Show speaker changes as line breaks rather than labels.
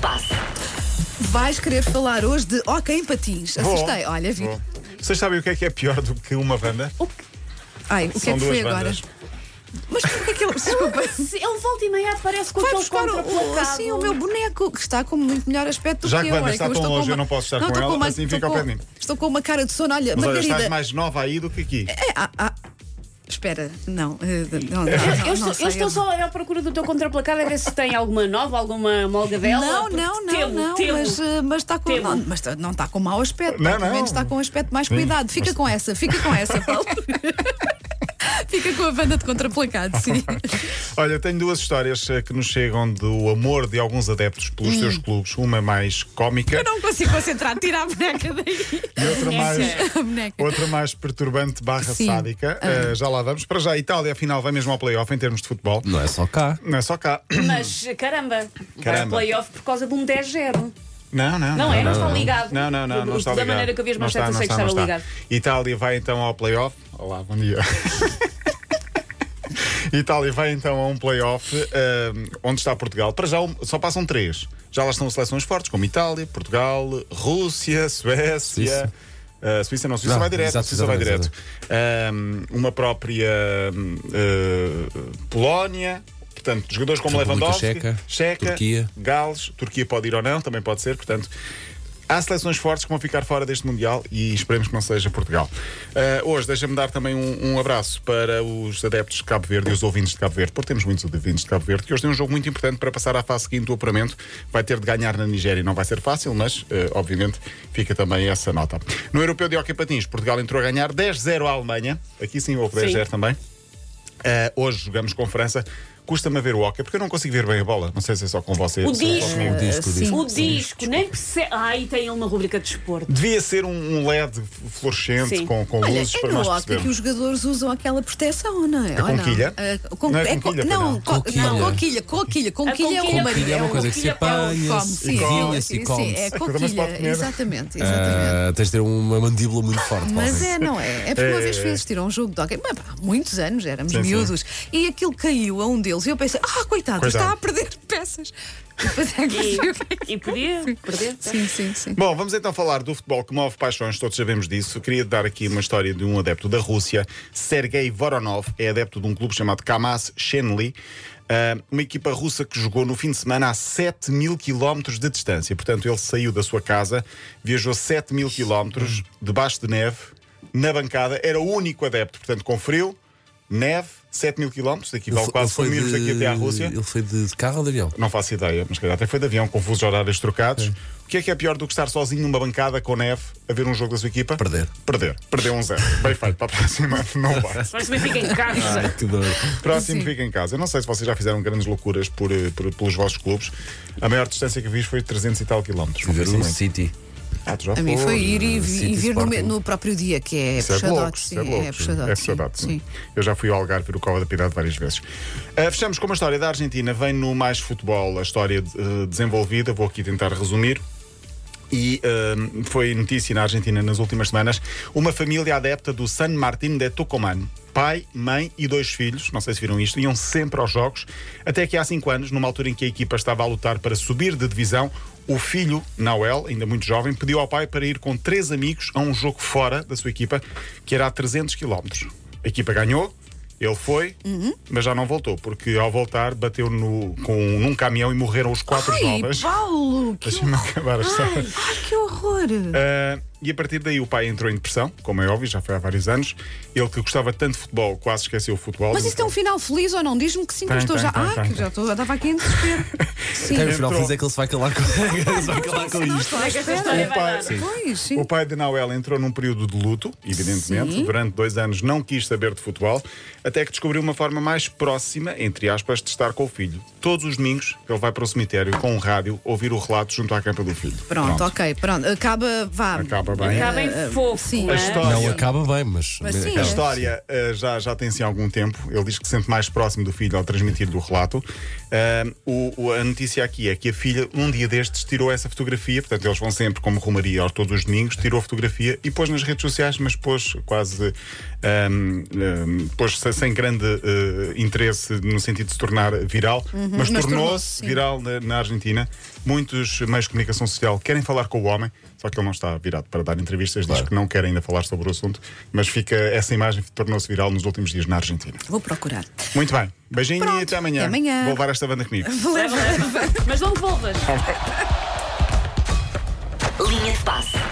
passe.
Vais querer falar hoje de hockey em patins.
Vou.
Assustei. Olha, vi.
Vou. Vocês sabem o que é que é pior do que uma banda?
Ai, o que
São
é que
duas
foi agora?
bandas.
Mas o que é que ele. Desculpa.
Se Ele volta e meia aparece com
Vai
aquele
buscar o, o,
contraplacado.
assim, o meu boneco, que está com muito melhor aspecto do
Já
que
que
eu.
a banda
Olha,
está
que eu
tão
estou com
longe,
uma-
eu não posso estar com
estou
ela,
uma-
assim
estou
fica ao
com-
pé de mim.
Estou com uma cara de sono. Olha,
Mas olha, estás
Margarida.
mais nova aí do que aqui.
É, ah, ah. Espera, não. eh, não, não,
Eu,
não,
eu
não
estou,
sei,
eu estou só à procura do teu contraplacado a ver se tem alguma nova, alguma molgadela.
Não,
porque
não, não,
temo,
não,
temo.
mas, eh, mas está com.
Temo.
Não, mas está- não está com mau aspecto,
Não,
não, pelo
não.
menos está com um aspecto mais
Sim,
cuidado. Fica com essa, fica com essa, Paulo. fica com a banda de contraplacado, sim.
Olha, eu tenho duas histórias eh, que nos chegam do amor de alguns adeptos pelos seus clubes. Uma mais cómica
Hum. Eu não consigo concentrar, tira a boneca daí.
e outra mais.
A boneca.
Outra mais perturbante barra
Sim. Ah.
sádica. Eh, já lá vamos. Para já, a Itália afinal vai mesmo ao playoff em termos de futebol.
Não é só cá.
Não é só cá.
Mas caramba, vai ao
Caramba.
playoff por causa de um 10-0.
Não, não.
Não é? Não está
não.
ligado.
Não, não, não, não está
Da
ligado.
maneira que eu vi as
Não
manchetes,
está, não
achei que
está, não
estava
está.
ligado.
Itália vai então ao playoff. Olá, bom dia. Itália vai então a um playoff ahm, onde está Portugal. Para já um- só passam três. Já lá estão seleções fortes como Itália, Portugal, Rússia, Suécia.
Suíça.
Ah, Suíça não, Suíça
Não,
vai direto.
exato,
Suíça vai direto.
exatamente,
Ahm, uma própria ahm, ah, Polónia. Portanto, jogadores como
República
Lewandowski,
Checa, Turquia.
Gales, Turquia pode ir ou não, também pode ser, portanto. Há seleções fortes que vão ficar fora deste Mundial e esperemos que não seja Portugal. Ah, hoje, deixa-me dar também um, um abraço para os adeptos de Cabo Verde e os ouvintes de Cabo Verde, porque temos muitos ouvintes de Cabo Verde, que hoje tem um jogo muito importante para passar à fase seguinte do apuramento. Vai ter de ganhar na Nigéria, não vai ser fácil, mas ah, obviamente fica também essa nota. No Europeu de Hockey Patins, Portugal entrou a ganhar 10-0 à Alemanha. Aqui sim houve
Sim.
10-0 também. Uh, hoje jogamos com França. Custa-me a ver o hockey, porque eu não consigo ver bem a bola. Não sei se é só com vocês.
O
se é só
disco.
comigo.
O Um disco, o
sim.
disco.
O disco, nem percebe. Ai, tem ele uma rubrica de desporto.
Devia ser um, um LED fluorescente
Sim.
com, com
Olha,
luzes
é
para
no
nós
hockey que
percebermos.
os jogadores usam aquela proteção, não é?
A
Ou não?
conquilha?
Ah, com-
Não é
é co-
conquilha, pois
Não,
não.
co- não, conquilha, conquilha. Conquilha é
Conquilha
uma
Filha é uma
É
coisa assim,
um
que se
filho para o
apanha,
Come,
se
sim,
vila,
sim,
se
sim,
come. Ah,
é
Aquilo também se pode
coquilha,
comer.
exatamente, exatamente.
tens de ter uma mandíbula muito forte.
Mas
Paulo.
é, não é? É porque uma
É,
vez
é.
fui assistir a um jogo de hockey, mas, pá, há muitos anos, éramos
Sim, sim.
miúdos, e aquilo caiu a um deles. E eu pensei, ah, coitado,
Coitado.
está a perder peças. E depois é que percebi o que é que-
E, e podia perder.
Sim, sim, sim.
Bom, vamos então falar do futebol que move paixões, todos sabemos disso. Queria dar aqui uma história de um adepto da Rússia, Sergei Voronov, é adepto de um clube chamado Kamaz Shenli, ah, uma equipa russa que jogou no fim de semana a 7 mil quilómetros de distância. Portanto, ele saiu da sua casa, viajou 7 mil quilómetros debaixo de neve, na bancada, era o único adepto, portanto, com frio, neve, 7 mil quilómetros, daqui vão
fo-
quase 100 minutos aqui até à Rússia.
ele foi de de carro ou de avião?
Não faço ideia, mas se calhar até foi de avião, confusos horários trocados. O que é que é pior do que estar sozinho numa bancada com neve a ver um jogo da sua equipa?
Perder.
Perder. Perdeu um zero. Bem feito, para a próxima não vai.
Mas também fica em casa.
Ai, que dor.
Próximo
Sim.
fica em casa. Eu não sei se vocês já fizeram grandes loucuras por, eh, por- pelos vossos clubes. A maior distância que vi foi 300 e tal quilómetros.
Fui ver o
confessamente.
City.
Ah, tu já
A mim
foste.
foi ir e,
no
vi-
City
e vir no, me-
Sporting.
no próprio dia, que é
Isso é
puxadote.
loucos,
Sim,
isso é loucos.
puxadote.
É
sim,
puxadote, sim.
sim.
Eu já fui ao Algarve ver o Cova da Piedade várias vezes. Ah, fechamos com uma história da Argentina. Vem no Mais Futebol a história de- eh, desenvolvida. Vou aqui tentar resumir. E ah, foi notícia na Argentina nas últimas semanas uma família adepta do San Martín de Tucumán. Pai, mãe e dois filhos, não sei se viram isto, iam sempre aos jogos, até que há cinco anos, numa altura em que a equipa estava a lutar para subir de divisão, o filho, Nauel, ainda muito jovem, pediu ao pai para ir com três amigos a um jogo fora da sua equipa, que era a 300 km. A equipa ganhou, ele foi, mas já não voltou, porque ao voltar bateu no, com, num caminhão e morreram os quatro
Ai,
jovens.
Paulo, que,
Deixa-me acabar a história.
ai, que horror!
Uh, e a partir daí o pai entrou em depressão, como é óbvio, já foi há vários anos. Ele que gostava tanto de futebol, quase esqueceu o futebol.
Mas isso tem um final feliz ou não? Diz-me que sim, que eu estou
Tem, tem,
já.
tem,
ah,
tem,
que já estou, estava aqui em desespero. Sim,
Tem o final
Entrou.
feliz é que ele se vai calar com, ele se vai calar com
um não
isto.
estou à
é que esta
espera.
história vai
Opa,
dar?
sim.
Pois, sim.
O pai de Nauel entrou num período de luto, evidentemente.
Sim.
Durante dois anos não quis saber de futebol, até que descobriu uma forma mais próxima, entre aspas, de estar com o filho. Todos os domingos ele vai para o cemitério com um rádio ouvir o relato junto à cama do filho.
Pronto, ok, pronto. Acaba, vá.
Acaba acaba bem.
Acaba em fofo.
sim.
não é?
Ah, A história-
Não acaba bem, mas.
Mas sim, é.
A história eh, já, já tem-se há algum tempo. Ele diz que se sente mais próximo do filho ao transmitir-lhe o relato. Ahm, o- o- a notícia aqui é que a filha, um dia destes, tirou essa fotografia. Portanto, eles vão sempre, como Romaria, aos todos os domingos, tirou a fotografia e pôs nas redes sociais, mas pôs quase. ahm, ahm, pôs se- sem grande eh, interesse no sentido de se tornar viral, mas,
Mas tornou-se,
tornou-se
sim.
viral na, na Argentina. Muitos meios de comunicação social querem falar com o homem, só que ele não está virado para dar entrevistas, diz que não quer ainda falar sobre o assunto, mas fica essa imagem tornou-se viral nos últimos dias na Argentina.
Vou procurar.
Muito bem, beijinho
Pronto,
e até amanhã.
até amanhã.
Vou levar esta banda comigo.
Mas não devolvas.
Linha de passe.